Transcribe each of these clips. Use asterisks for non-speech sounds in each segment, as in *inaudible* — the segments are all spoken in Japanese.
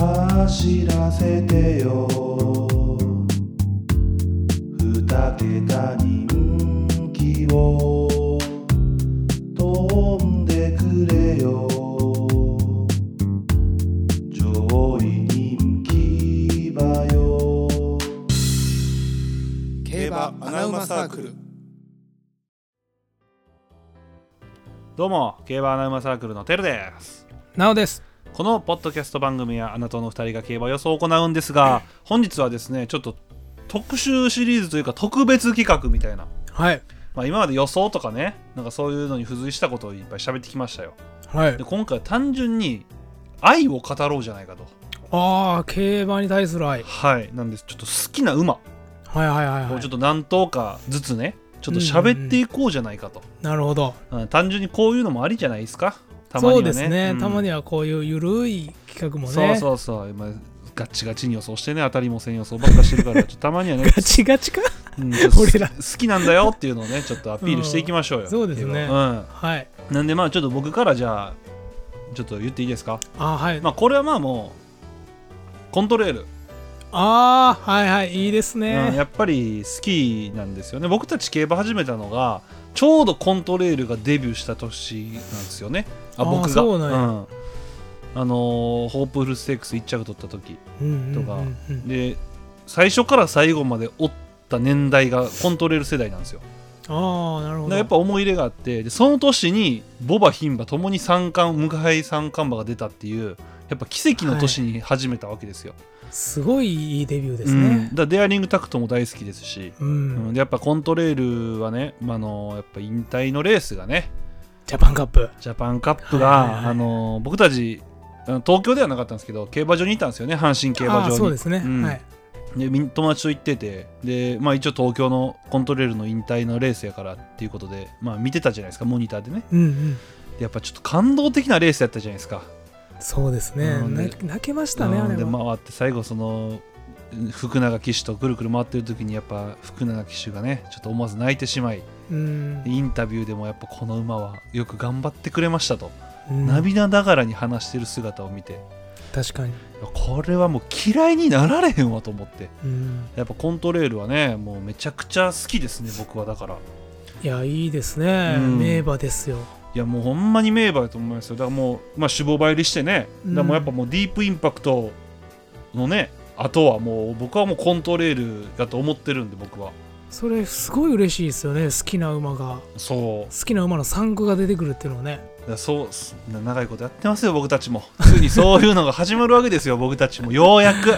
走らせてよ二桁人気を飛んでくれよ上位人気馬よ競馬アナウマサークルどうも競馬アナウマサークルのテルですなおです。このポッドキャスト番組はあなたの2人が競馬予想を行うんですが本日はですねちょっと特集シリーズというか特別企画みたいな、はい。まあ、今まで予想とかねなんかそういうのに付随したことをいっぱい喋ってきましたよはいで。今回は単純に愛を語ろうじゃないかとああ、競馬に対する愛。はいなんですちょっと好きな馬をはいはいはい、はちょっい。と何頭かずつねちょっと喋っていこうじゃないかと、なるほど。うん単純にこういうのもありじゃないですかたまにそはうねですね、うんたまにはこういうゆるい企画もね。そうそうそう今ガッチガチに予想してね当たりもせん予想ばっかしてる *laughs* からちょっとたまにはねガチガチか *laughs* うんちょっと俺ら好きなんだよっていうのをねちょっとアピールしていきましょうよ、うんそうですねうん、はい。なんでまあちょっと僕からじゃあちょっと言っていいですかあーはい。まあこれはまあもうコントレール、ああ、はいはい。いいですうん、ね。やっぱり好きなんですよね僕たち競馬始めたのがちょうどコントレールがデビューした年なんですよねああー僕がそうなんやんあのーホープフルステークス1着取った時うんとかうんうんで最初から最後まで追った年代がコントレール世代なんですよああ、なるだほかど。らやっぱ思い入れがあってでその年にボバ牝馬ともに三冠無敗三冠馬が出たっていうやっぱ奇跡の年に始めたわけですよ、すごいいいデビューでうすんだねか。らデアリングタクトも大好きですし、うん。うんでやっぱコントレールはね、まああのやっぱ引退のレースがねジャパンカップ。ジャパンカップが、はいはいはいあの僕たちあの東京ではなかったんですけど競馬場にいたんですよね阪神競馬ああー、場そうにですね。うんはい。でみん友達と行っててで、まあ、一応東京のコントレールの引退のレースやからっていうことで、まあ、見てたじゃないですかモニターでねうんうん。でやっぱちょっと感動的なレースやったじゃないですかそうですね。うんでな泣けましたね、あうんれでは。回って最後その福永騎手とぐるぐる回ってる時にやっぱ福永騎手がねちょっと思わず泣いてしまいうんインタビューでもやっぱこの馬はよく頑張ってくれましたと、うん涙ながらに話してる姿を見て確かに。これはもう嫌いになられへんわと思ってうんやっぱコントレールはねもうめちゃくちゃ好きですね僕はだからいや、いいですね。うん名馬ですよ。いやもうほんまに名馬だと思いますよだからもう、まあ、脂肪倍入りしてね、うんだからもうやっぱもうディープインパクトのねあとはもう僕はもうコントレールだと思ってるんで僕はそれすごい嬉しいですよね好きな馬がそう好きな馬の産句が出てくるっていうのはねだからそうす長いことやってますよ僕たちもついにそういうのが始まるわけですよ僕たちもようやく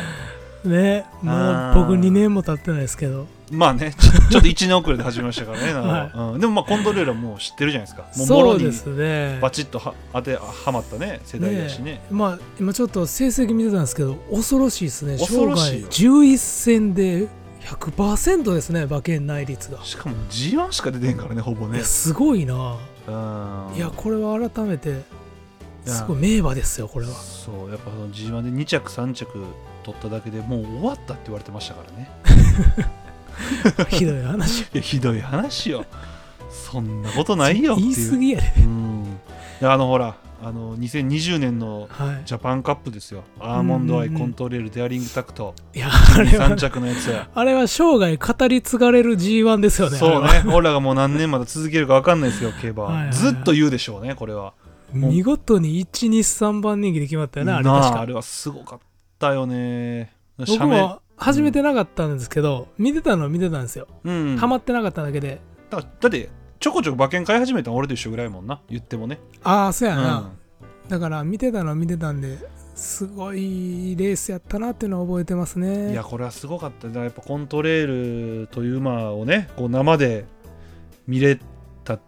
ねもあうー僕2年も経ってないですけどまあねちょちょっと1年遅れで始めましたから *laughs* ね、なんかうん、でもまあコントレールはもう知ってるじゃないですかもうもそろうにですねバチッとは当てはまったね世代だしねまあ今ちょっと成績見てたんですけど恐ろしいですね恐生ろしい涯よ11戦で100%ですね馬券内率が、しかも G1 しか出てんからねほぼいねやすごいな、うんいやこれは改めてやすごい名馬ですよこれはそうやっぱその G1 で2着3着取っただけでもう終わったって言われてましたからねひど *laughs* い話いやひどい話よそんなことないよって言いいう過ぎやで、うんであのほらあの2020年のはジャパンカップですよアーモンドアイうんうんコうんントレールデアリングタクトい、いやあれ3は着のやつやあれは生涯語り継がれる G1 ですよねそうあれはね俺らがもう何年まで続けるか分かんないですよ競馬はいはいははいずっと言うでしょうねこれはもう見事に123番人気で決まったよねあれな確ああかれはすごかったよね僕写メも始めてなかったんですけど、見てたのは見てたんですよ、うんハマってなかっただけでだだってちょこちょこ馬券買い始めたの俺と一緒ぐらいもんな言ってもね、ああそうやうな、んだから見てたのは見てたんですごいレースやったなっていうのは覚えてますねいやこれはすごかったなやっぱコントレールという馬をねこう生で見れた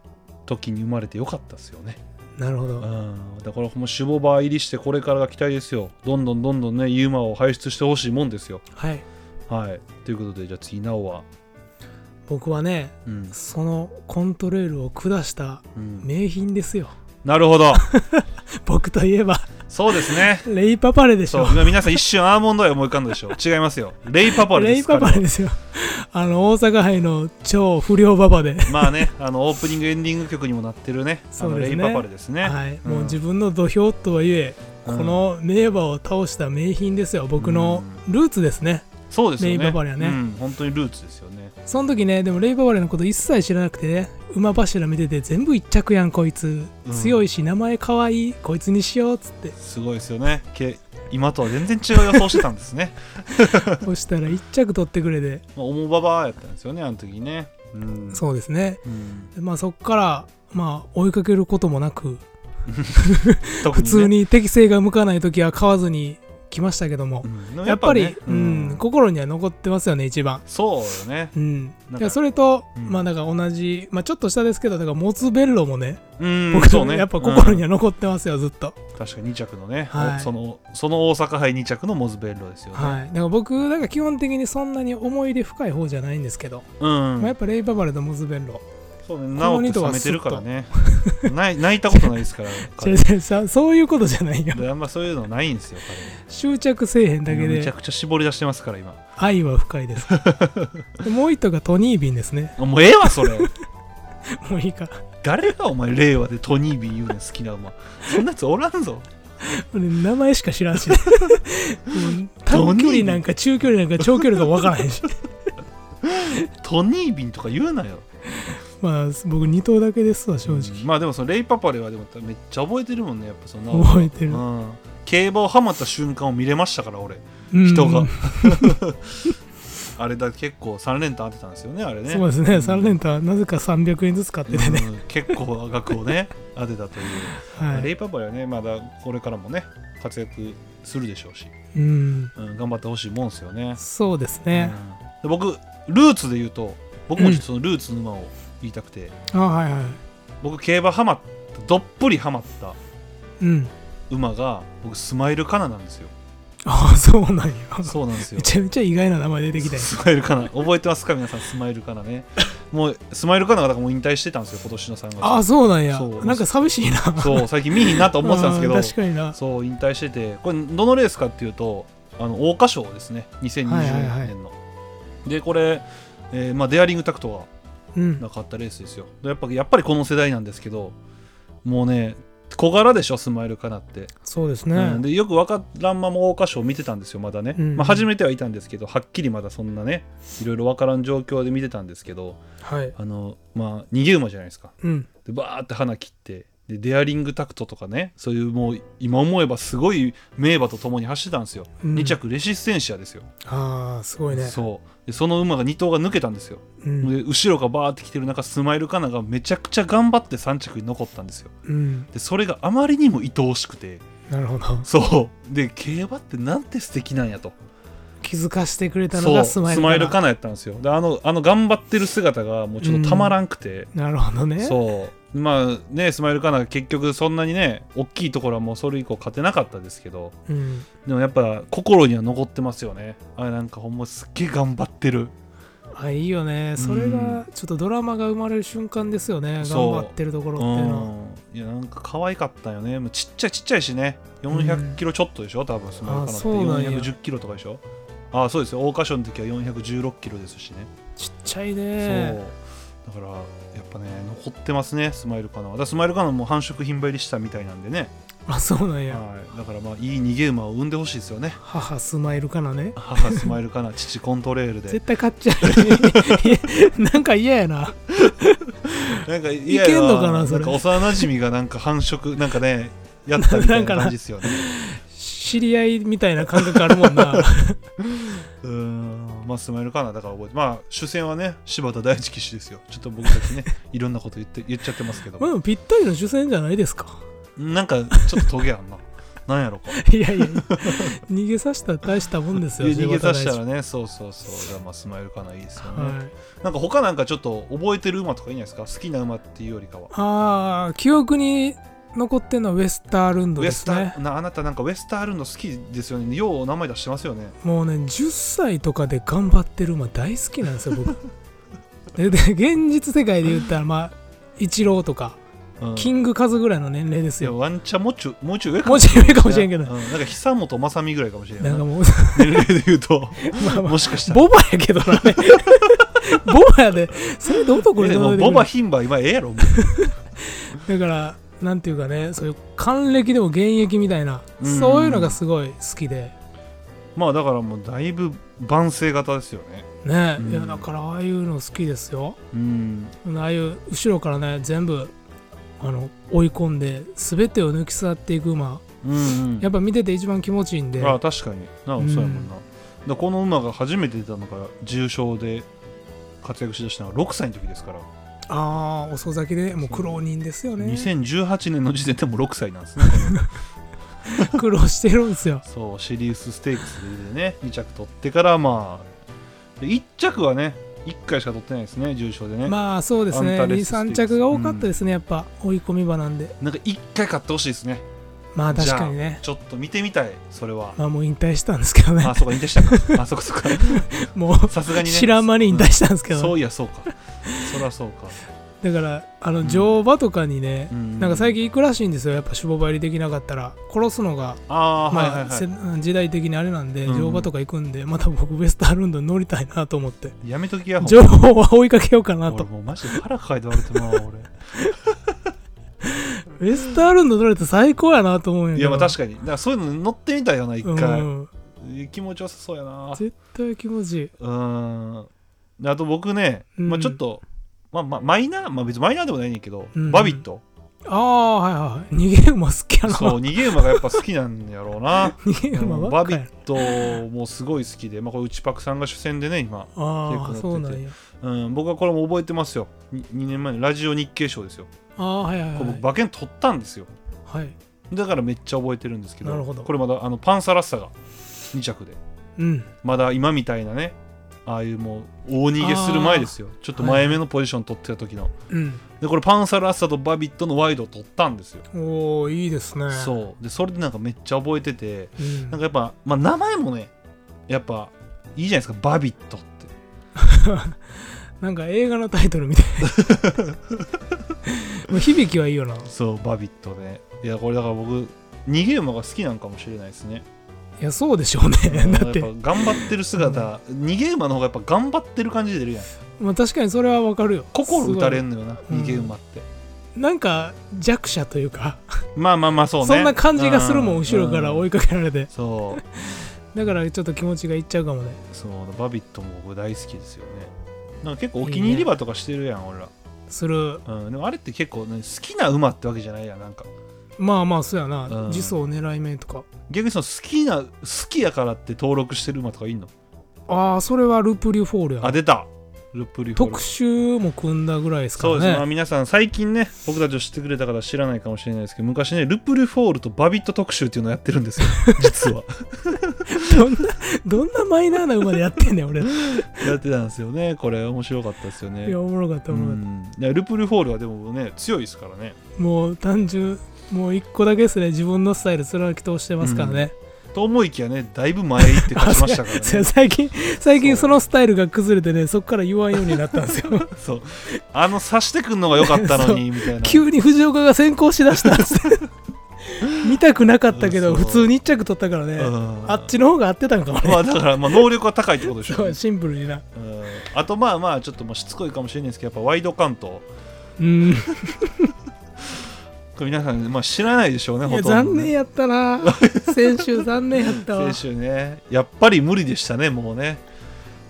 時に生まれてよかったですよね、なるほうど、ん、だからもう守護馬入りしてこれからが期待ですよどんどんどんどんねいい馬を輩出してほしいもんですよはいはいということでじゃあ次なおは僕はねうん、そのコントレールを下したうん名品ですよなるほ *laughs* ど僕といえばそうですねレイパパレでしそうょ今皆さん一瞬アーモンドアイ思い浮かんだでしょ違いますよレイパパルですレイパ彼パレはですよあの大阪杯の超不良馬場でまあね、あのオープニングエンディング曲にもなってるね、あそのうですレイねパパルですね。はい、うんもう自分の土俵とはいえうんこの名馬を倒した名品ですよ僕のルーツですね、そうですよねレイババリアねうん、本当にルーツですよねその時ねでもレイバーバレーのこと一切知らなくてね馬柱見てて全部一着やんこいつうん強いし名前かわいいこいつにしようっつって *laughs* すごいですよねけ今とは全然違う予想してたんですね *laughs* そしたら一着取ってくれてまあ重馬場やったんですよねあの時ねうんそうですねうんでまあそっからまあ追いかけることもなく特普ね通に適性が向かない時は買わずに来ましたけども、うんでもやっぱりねうん心には残ってますよね一番そうよねうん、なんかだからそれと、うんまあだから同じ、まあ、ちょっと下ですけどだからモツベッロもね、うん僕そうねやっぱ心にうんは残ってますよ、ずっと確かに2着のね、はいおそのその大阪杯2着のモズベッロですよね、はい、だから僕だから基本的にそんなに思い出深い方じゃないんですけど、うん、まあ、やっぱレイババルとモズベッロ、そうね、こなのおって二頭冷はめてるからね。ない *laughs* 泣いたことないですから、彼違う違うさ *laughs* そういうことじゃないよであんまそういうのないんですよ、彼執着せえへんだけめちゃでくちゃ絞り出してますから、今。愛は深い *laughs* ですでもう一頭がトニービンですねもうええわ、それ。 *laughs* もういいか誰がお前、令和でトニービン言うの好きな馬。そんなやつおらんぞ。俺名前しか知ら *laughs* んし、ね、もう短距離なんか中距離なんか長距離とか分からへんしトニービンとか言うなよ。まあ僕2頭だけですわ正直、うんまあでも、そのレイパパレはでもめっちゃ覚えてるもんね、やっぱそんな。覚えてるうん。競馬をハマった瞬間を見れましたから、俺。うん人が。 *laughs* あれだ、結構3連単当てたんですよね、あれね。そうですね3連単なぜか300円ずつ買っててね、うん結構額をね、当てたという。はレいイパパはねまだこれからもね活躍するでしょうし、うんうん、頑張ってほしいもんですよね、そうですね、うんで僕ルーツで言うと僕もちょっとそのルーツの馬を言いたくて、あはいはい僕競馬ハマったどっぷりハマったうん馬が僕スマイルカナなんですよあそうなんやそうなんですよめちゃめちゃ意外な名前出てきたよスマイルカナ覚えてますか皆さんスマイルカナねもうスマイルカナがだからもう引退してたんですよ今年の3月あそうなんやそうなんか寂しいなそう最近見ひんなと思ってたんですけどあー確かになそう引退しててこれどのレースかっていうとあの桜花賞ですね2020年の、はいはいはいでこれ、えーまあ、デアリングタクトうがなんかったレースですよでやっぱやっぱりこの世代なんですけどもうね小柄でしょスマイルカナって、そうですうねんでよくわからんまま桜花賞を見てたんですよまだね、うんまあ、初めてはいたんですけどはっきりまだそんなねいろいろわからん状況で見てたんですけどはいあのまあ逃げ馬じゃないですかうんでバーって花切ってでデアリングタクトとかねそういうもう今思えばすごい名馬と共に走ってたんですよ、うん2着レシステンシアですよ、ああすごいねそうでその馬が2頭が抜けたんですよ、うんで後ろがバーって来てる中スマイルカナがめちゃくちゃ頑張って3着に残ったんですようんでそれがあまりにも愛おしくてなるほどそうで競馬ってなんて素敵なんやと気づかしてくれたのそうがススマイルマイルかカナやったんですよであのあの頑張ってる姿がもうちょっとたまらんくて、なるほどねそうまあねスマイルカナが結局そんなにね大きいところはもうそれ以降勝てなかったですけどうんでもやっぱ心には残ってますよねあれなんかほんますっげえ頑張ってるあいいよねそれうんがちょっとドラマが生まれる瞬間ですよねそ頑う張ってるとこうろんっていうのはいやなんか可愛かったよねもうちっちゃいちっちゃいしね400キロちょっとでしょ、多分スマイルカナあってそうなんや410キロとかでしょああそうですよ桜花賞の時は416キロですしね、ちっちゃいねそうだからやっぱね残ってますねスマイルカナはだからスマイルカナも繁殖牝馬入りしたみたいなんでねあそうなんやはい、だからまあいい逃げ馬を産んでほしいですよね母スマイルかなね母スマイルかな父コントレールで絶対買っちゃう *laughs* いやなんか嫌やななんかいいけんのかなそれんか幼馴染がなんか繁殖なんかねやったみたいな感じですよ *laughs* ね知り合いみたいな感覚あるも *laughs* んなうーんまあスマイルかなだから覚えてまあ主戦はね柴田大地騎手ですよちょっと僕たちね *laughs* いろんなこと言って言っちゃってますけどまあでもぴったりの主戦じゃないですかなんかちょっとトゲあんななんやろか *laughs* いやいや逃げさせたら大したもんですよ逃げさせた柴らねそうそうそうじゃあまあスマイルかないいですよね、田大地はいなんか他なんかちょっと覚えてる馬とかいいんじゃないですか好きな馬っていうよりかはああ記憶に残ってんのはウェスタールンドウエでスすタねーなあなたなんかウエスタールンド好きですよねようお名前出してますよねもうね10歳とかで頑張ってる馬大好きなんですよ僕 *laughs* でで現実世界で言ったらまあイチローとかうんキングカズぐらいの年齢ですいやよ、ワンチャンもうちょいもうちょい上かもうちょい上かもしれんけどうん、なんか久本雅美ぐらいかもしれんなんなかいもう年齢で言うとまあまあもしかしたらボバやけどなね *laughs* ボバやでそれで男えにでも届いてボくバるヒンバ今ええやろもうだからなんていうかねそういう還暦でも現役みたいな、うんそういうのがすごい好きでまあだからもうだいぶ万世型ですよねね、うんいやだからああいうの好きですようんああいう後ろからね全部あの追い込んで全てを抜き去っていく馬うん、うん、やっぱ見てて一番気持ちいいんでああ確かになうんそうやもんな、だこの馬が初めて出たのが重賞で活躍しだしたのが6歳の時ですから、あー遅咲きでもう苦労人ですよね2018年の時点でもう6歳なんですね *laughs* 苦労してるんですよそうシリウスステークスでね2着取ってからまあで1着はね1回しか取ってないですね重賞でね、まあそうですねアンタレスステークス23着が多かったですね、やっぱ追い込み場なんでなんか1回買ってほしいですねまあ確かにねちょっと見てみたいそれはまあもう引退したんですけどねあそこにでしたか *laughs* あそこそこもうさすがにね知らん間に引退したんですけそど、ういやそうかそりゃそうか、だからあうのん乗馬とかにね、うんなんか最近行くらしいんですよやっぱしぼば入りできなかったら殺すのが、ああ、まはあいはいはいせ時代的にあれなんで、うん乗馬とか行くんでまた僕ウエスタールンドに乗りたいなと思ってやめときや *laughs* ほんま情報は追いかけようかな俺ともうマジで腹抱えて割れてまうわ俺ウエスタールンド乗れて最高やなと思うんやけいどやまあ確かにだからそういうの乗ってみたいよな一う回、ん気持ちよさそうやな絶対気持ちいいうんであと僕ね、うんまあ、ちょっと、まあまあ、マイナー、まあ、別にマイナーでもないねんけど、うんバビットああはいはい逃げ馬好きやなそう逃げ馬がやっぱ好きなんやろうな *laughs* 逃げ馬うんばバっかビやットもすごい好きで、まあ、これ内パクさんが主戦でね今、ああ結構そう乗なっててんやうん、僕はこれも覚えてますよ 2, 年前のラジオ日経賞ですよ、ああはいはいはこれ僕い、馬券取ったんですよはい、だからめっちゃ覚えてるんですけどなるほどこれまだあのパンサラッサが2着でうんまだ今みたいなねああいうもう大逃げする前ですよちょっと前目のポジション取ってた時の、うんでこれパンサラッサとバビットのワイドを取ったんですよ、おおいいですねそうでそれでなんかめっちゃ覚えててう、ん、なんかやっぱ、まあ、名前もねやっぱいいじゃないですかバビットってなんか映画のタイト *laughs* ルみたいな響きはいいよなそうバビットでいやこれだから僕逃げ馬が好きなんかもしれないですねいやそうでしょうねだってやっぱ頑張ってる姿、逃げ馬の方がやっぱ頑張ってる感じで出るやんまあ確かにそれはわかるよ心打たれすんのよなごい逃げ馬って、ごいなんか弱者というかまあまあまあそうそ,、ねんな感じがするもんう後ろから追いいかけられてそうだからちょっと気持ちがいっちゃうかもねそうバビットも僕大好きですよねなんか結構お気に入り馬とかしてるやん俺ら、するうん、でもあれって結構、ね、好きな馬ってわけじゃないやんなんかまあまあそうやなうん自走狙い目とか逆にその好きな好きやからって登録してる馬とかいんのああそれはルプリュフォールやあな出たルプリフォル特集も組んだぐらいですかそうらですね、まあね皆さん最近ね僕たちを知ってくれた方は知らないかもしれないですけど昔ねルプルフォールとバビット特集っていうのをやってるんです *laughs* よ実はどんなどんなマイナーな馬でやってんねん *laughs* 俺いやってたんですよねこれ面白かったですよねやおもろかったうおもろかったんいやルプルフォールはでもね強いですからねもう単純もう一個だけですね自分のスタイル貫き通してますからね、と思いきやねだいぶ前行って勝ちました *laughs* からねそう最近最近そうそのスタイルが崩れてねそっから言わんようになったんですよそうあの刺してくんのが良かったのにみたいな *laughs* 急に藤岡が先行しだしたんです *laughs* 見たくなかったけうどんそう普通に1着取ったからね、うんあっちの方が合ってたんかもねまあだからまあ能力は高いってことでしそょううねシンプルになうんあとまあまあちょっとまあしつこいかもしれないですけどやっぱワイドカントうんいこれ皆さん、まあ、知らないでしょうねほとやんど、ね、残念やったな先週残念やったわ *laughs* 先週ねやっぱり無理でしたねもうね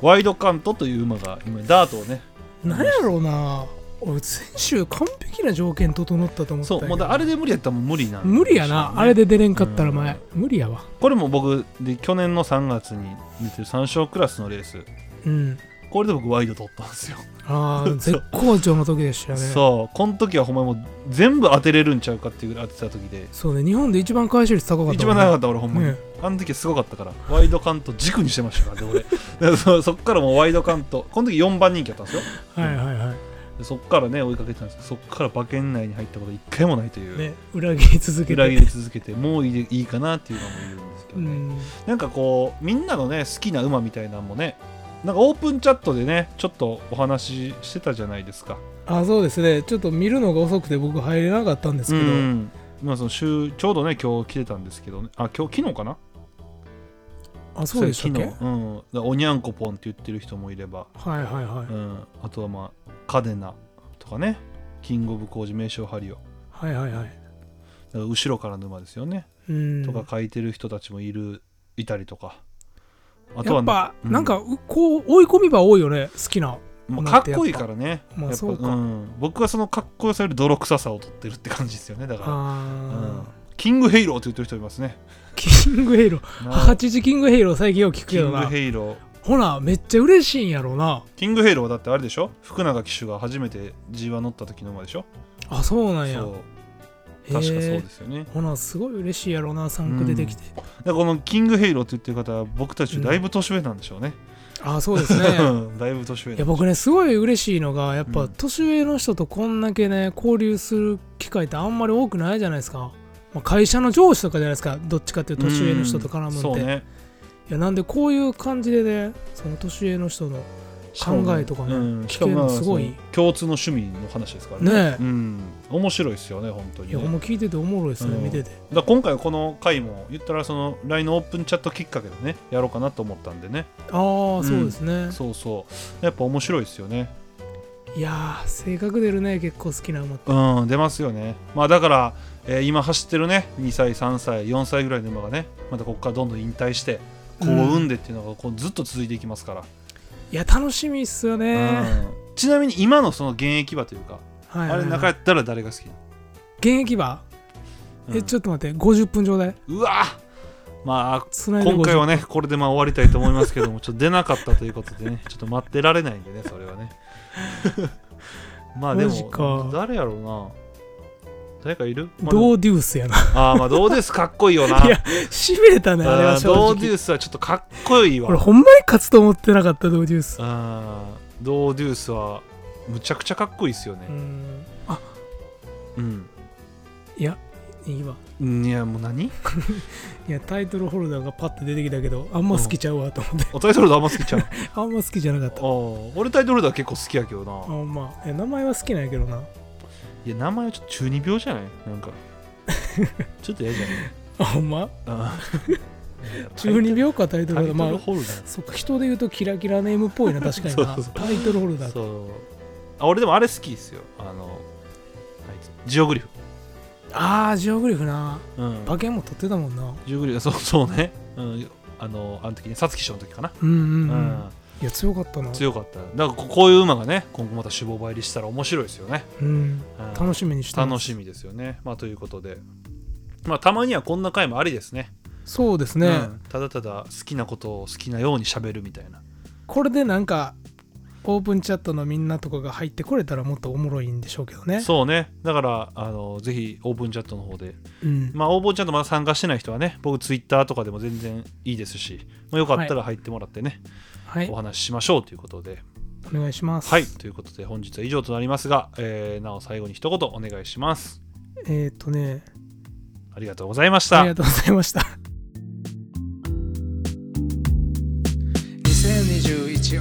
ワイドカントという馬が今ダートをねなんやろうな俺先週完璧な条件整ったと思ったそんやうけどもうだあれで無理やったらもう無理なんでしょうね、無理やなあれで出れんかったら前無理やわこれも僕で去年の3月に出てる3勝クラスのレースうんこれで僕ワイド取ったんですよ、 *laughs* ああ絶好調の時でしたよねそうそうこの時はほんまにもう全部当てれるんちゃうかっていうぐらい当てた時でね日本で一番回収率高かった一番長かっった俺ほんまに、ねあの時はすごかったからワイドカント軸にしてましたからね俺だからそそっからもうワイドカントこの時4番人気だったんですよたはいはいはでそっからね追いかけてたんですけどそっから馬券内に入ったこと一回もないという、いね裏切り続けて裏切り続けてもういいいいかなっていうのもいるんですけうどね、んなんかこうみんなのね好きな馬みたいなのもねなんかオープンチャットでねちょっとお話ししてたじゃないですかあそうですねちょっと見るのが遅くて僕入れなかったんですけど、うんまあその週ちょうどね今日来てたんですけどねあ今日昨日かなあそうでしたっけれ昨日うんだからおにゃんこぽんって言ってる人もいれば、はいはいはい、うん、あとはまあカデナとかねキングオブコージ名称ハリオはいはいはいだから後ろからの馬ですよね、うんとか書いてる人たちもいるいたりとかあとやはっなぱ、うんなんかうこう追い込み場多いよね好きなまあ、かっこいいからねまあやっぱそうかん、僕はそのかっこよさより泥臭さを取ってるって感じですよねだかあら、うーんキングヘイローって言ってる人います *laughs* ねキングヘイローな八時キングヘイロー最近よく聞くキけンどグなヘイローほなめっちゃ嬉しいんやろうなキングヘイローだってあれでしょ福永騎手が初めて G1 乗った時の馬でしょあそうなんやそう確かそうへでーすよね、ほなすごい嬉しいやろうな3区出てきて、だからこのキングヘイローって言ってる方は僕たちよりだいぶ年上なんでしょうね、あそうですねうん *laughs* だいぶ年上いや僕ねすごい嬉しいのがやっうぱん年上の人とこんだけね交流する機会ってあんまり多くないじゃないですか、まあ、会社の上司とかじゃないですかどっちかっていうと年上の人と絡むんうで、そうねいやなんでこういう感じでねその年上の人の考えとかねうん聞けるのすごいしかもまあその共通の趣味の話ですからねねうん面白いですよね本当いにやねほんま聞いてておもろいですね、うん見てだてから今回この回も言ったらその LINE のオープンチャットきっかけでねやろうかなと思ったんでねああそうですね、そうそうやっぱ面白いですよねいやー性格出るね結構好きな馬ってうん出ますよねまあだから、えー今走ってるね2歳3歳4歳ぐらいの馬がねまたここからどんどん引退してこう産んでっていうのがこうずっと続いていきますから、いや楽しみっすよね、はいうんちなみに今のその現役馬というか、はいはいあれ中やったら誰が好き、現役馬、うんえちょっと待って50分ちょうだいうわまあつないで50今回はねこれでまあ終わりたいと思いますけどもちょっと出なかったということでね *laughs* ちょっと待ってられないんでねそれはね *laughs* まあでマジかも誰やろうな誰かいる、まあドーデュースやなあーまあどうですかっこいいよ *laughs* ないやしびれたねあれあはー正ドーデュ直ースはちょっとかっこいいわ俺ほんまに勝つと思ってなかったドーデュースあードーデュースはむちゃくちゃかっこいいですようねんあうん、いやいいわうんいやもう何いやタイトルホルダーがパッと出てきたけどあんま好きちゃうわと思って、おタイトルだあんま好きちゃう *laughs* あんま好きじゃなかったあー俺タイトルだ結構好きやけどあなほんまいや名前は好きなんやけどないや名前はちょっと中二病じゃないなん *laughs* かちょっと嫌じゃないあほんまあ *laughs* 中二病かタイタトルホイトルダールまあホルダー、そっか人で言うとキラキラネームっぽいな確かになそうそうタイトルホルダーそうあ俺でもあれ好きですよあのあいつジオグリフ、ああジオグリフなうん、馬券も取ってたもんなジオグリフそうそうね、うん、あのあの時ね皐月賞の時かな、うんうん、ううんん、いや強かったな強かっただからここういう馬がね今後また種牡馬入りしたら面白いですよね、うん、うん楽しみにしてます楽しみですよねまあということでまあたまにはこんな回もありですねそうですね、うんただただ好きなことを好きなようにしゃべるみたいなこれでなんかオープンチャットのみんなとかが入ってこれたらもっとおもろいんでしょうけどねそうねだからあのぜひオープンチャットの方でうん、まあ、応募ちゃんとまだ参加してない人はね、僕、ツイッターとかでも全然いいですし、まあ、よかったら入ってもらってね、はいおお話ししましょうということで、願いしますはい、ということで、本日は以上となりますが、えーなお最後に一言お願いします。えっ、とねありがとうございましあたり。がとうございました2021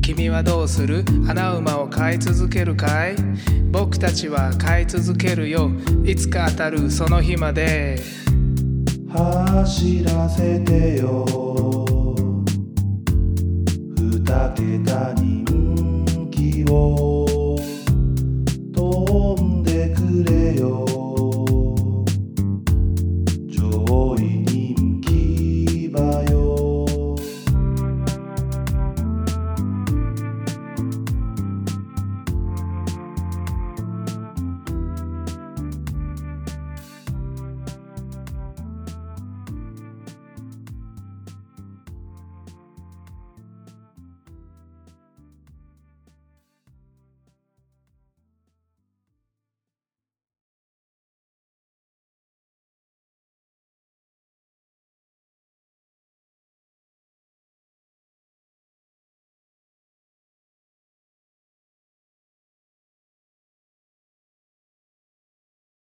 君はどうする穴馬を飼い続けるかい僕たちは飼い続けるよいつか当たるその日まで走らせてよ二桁人気を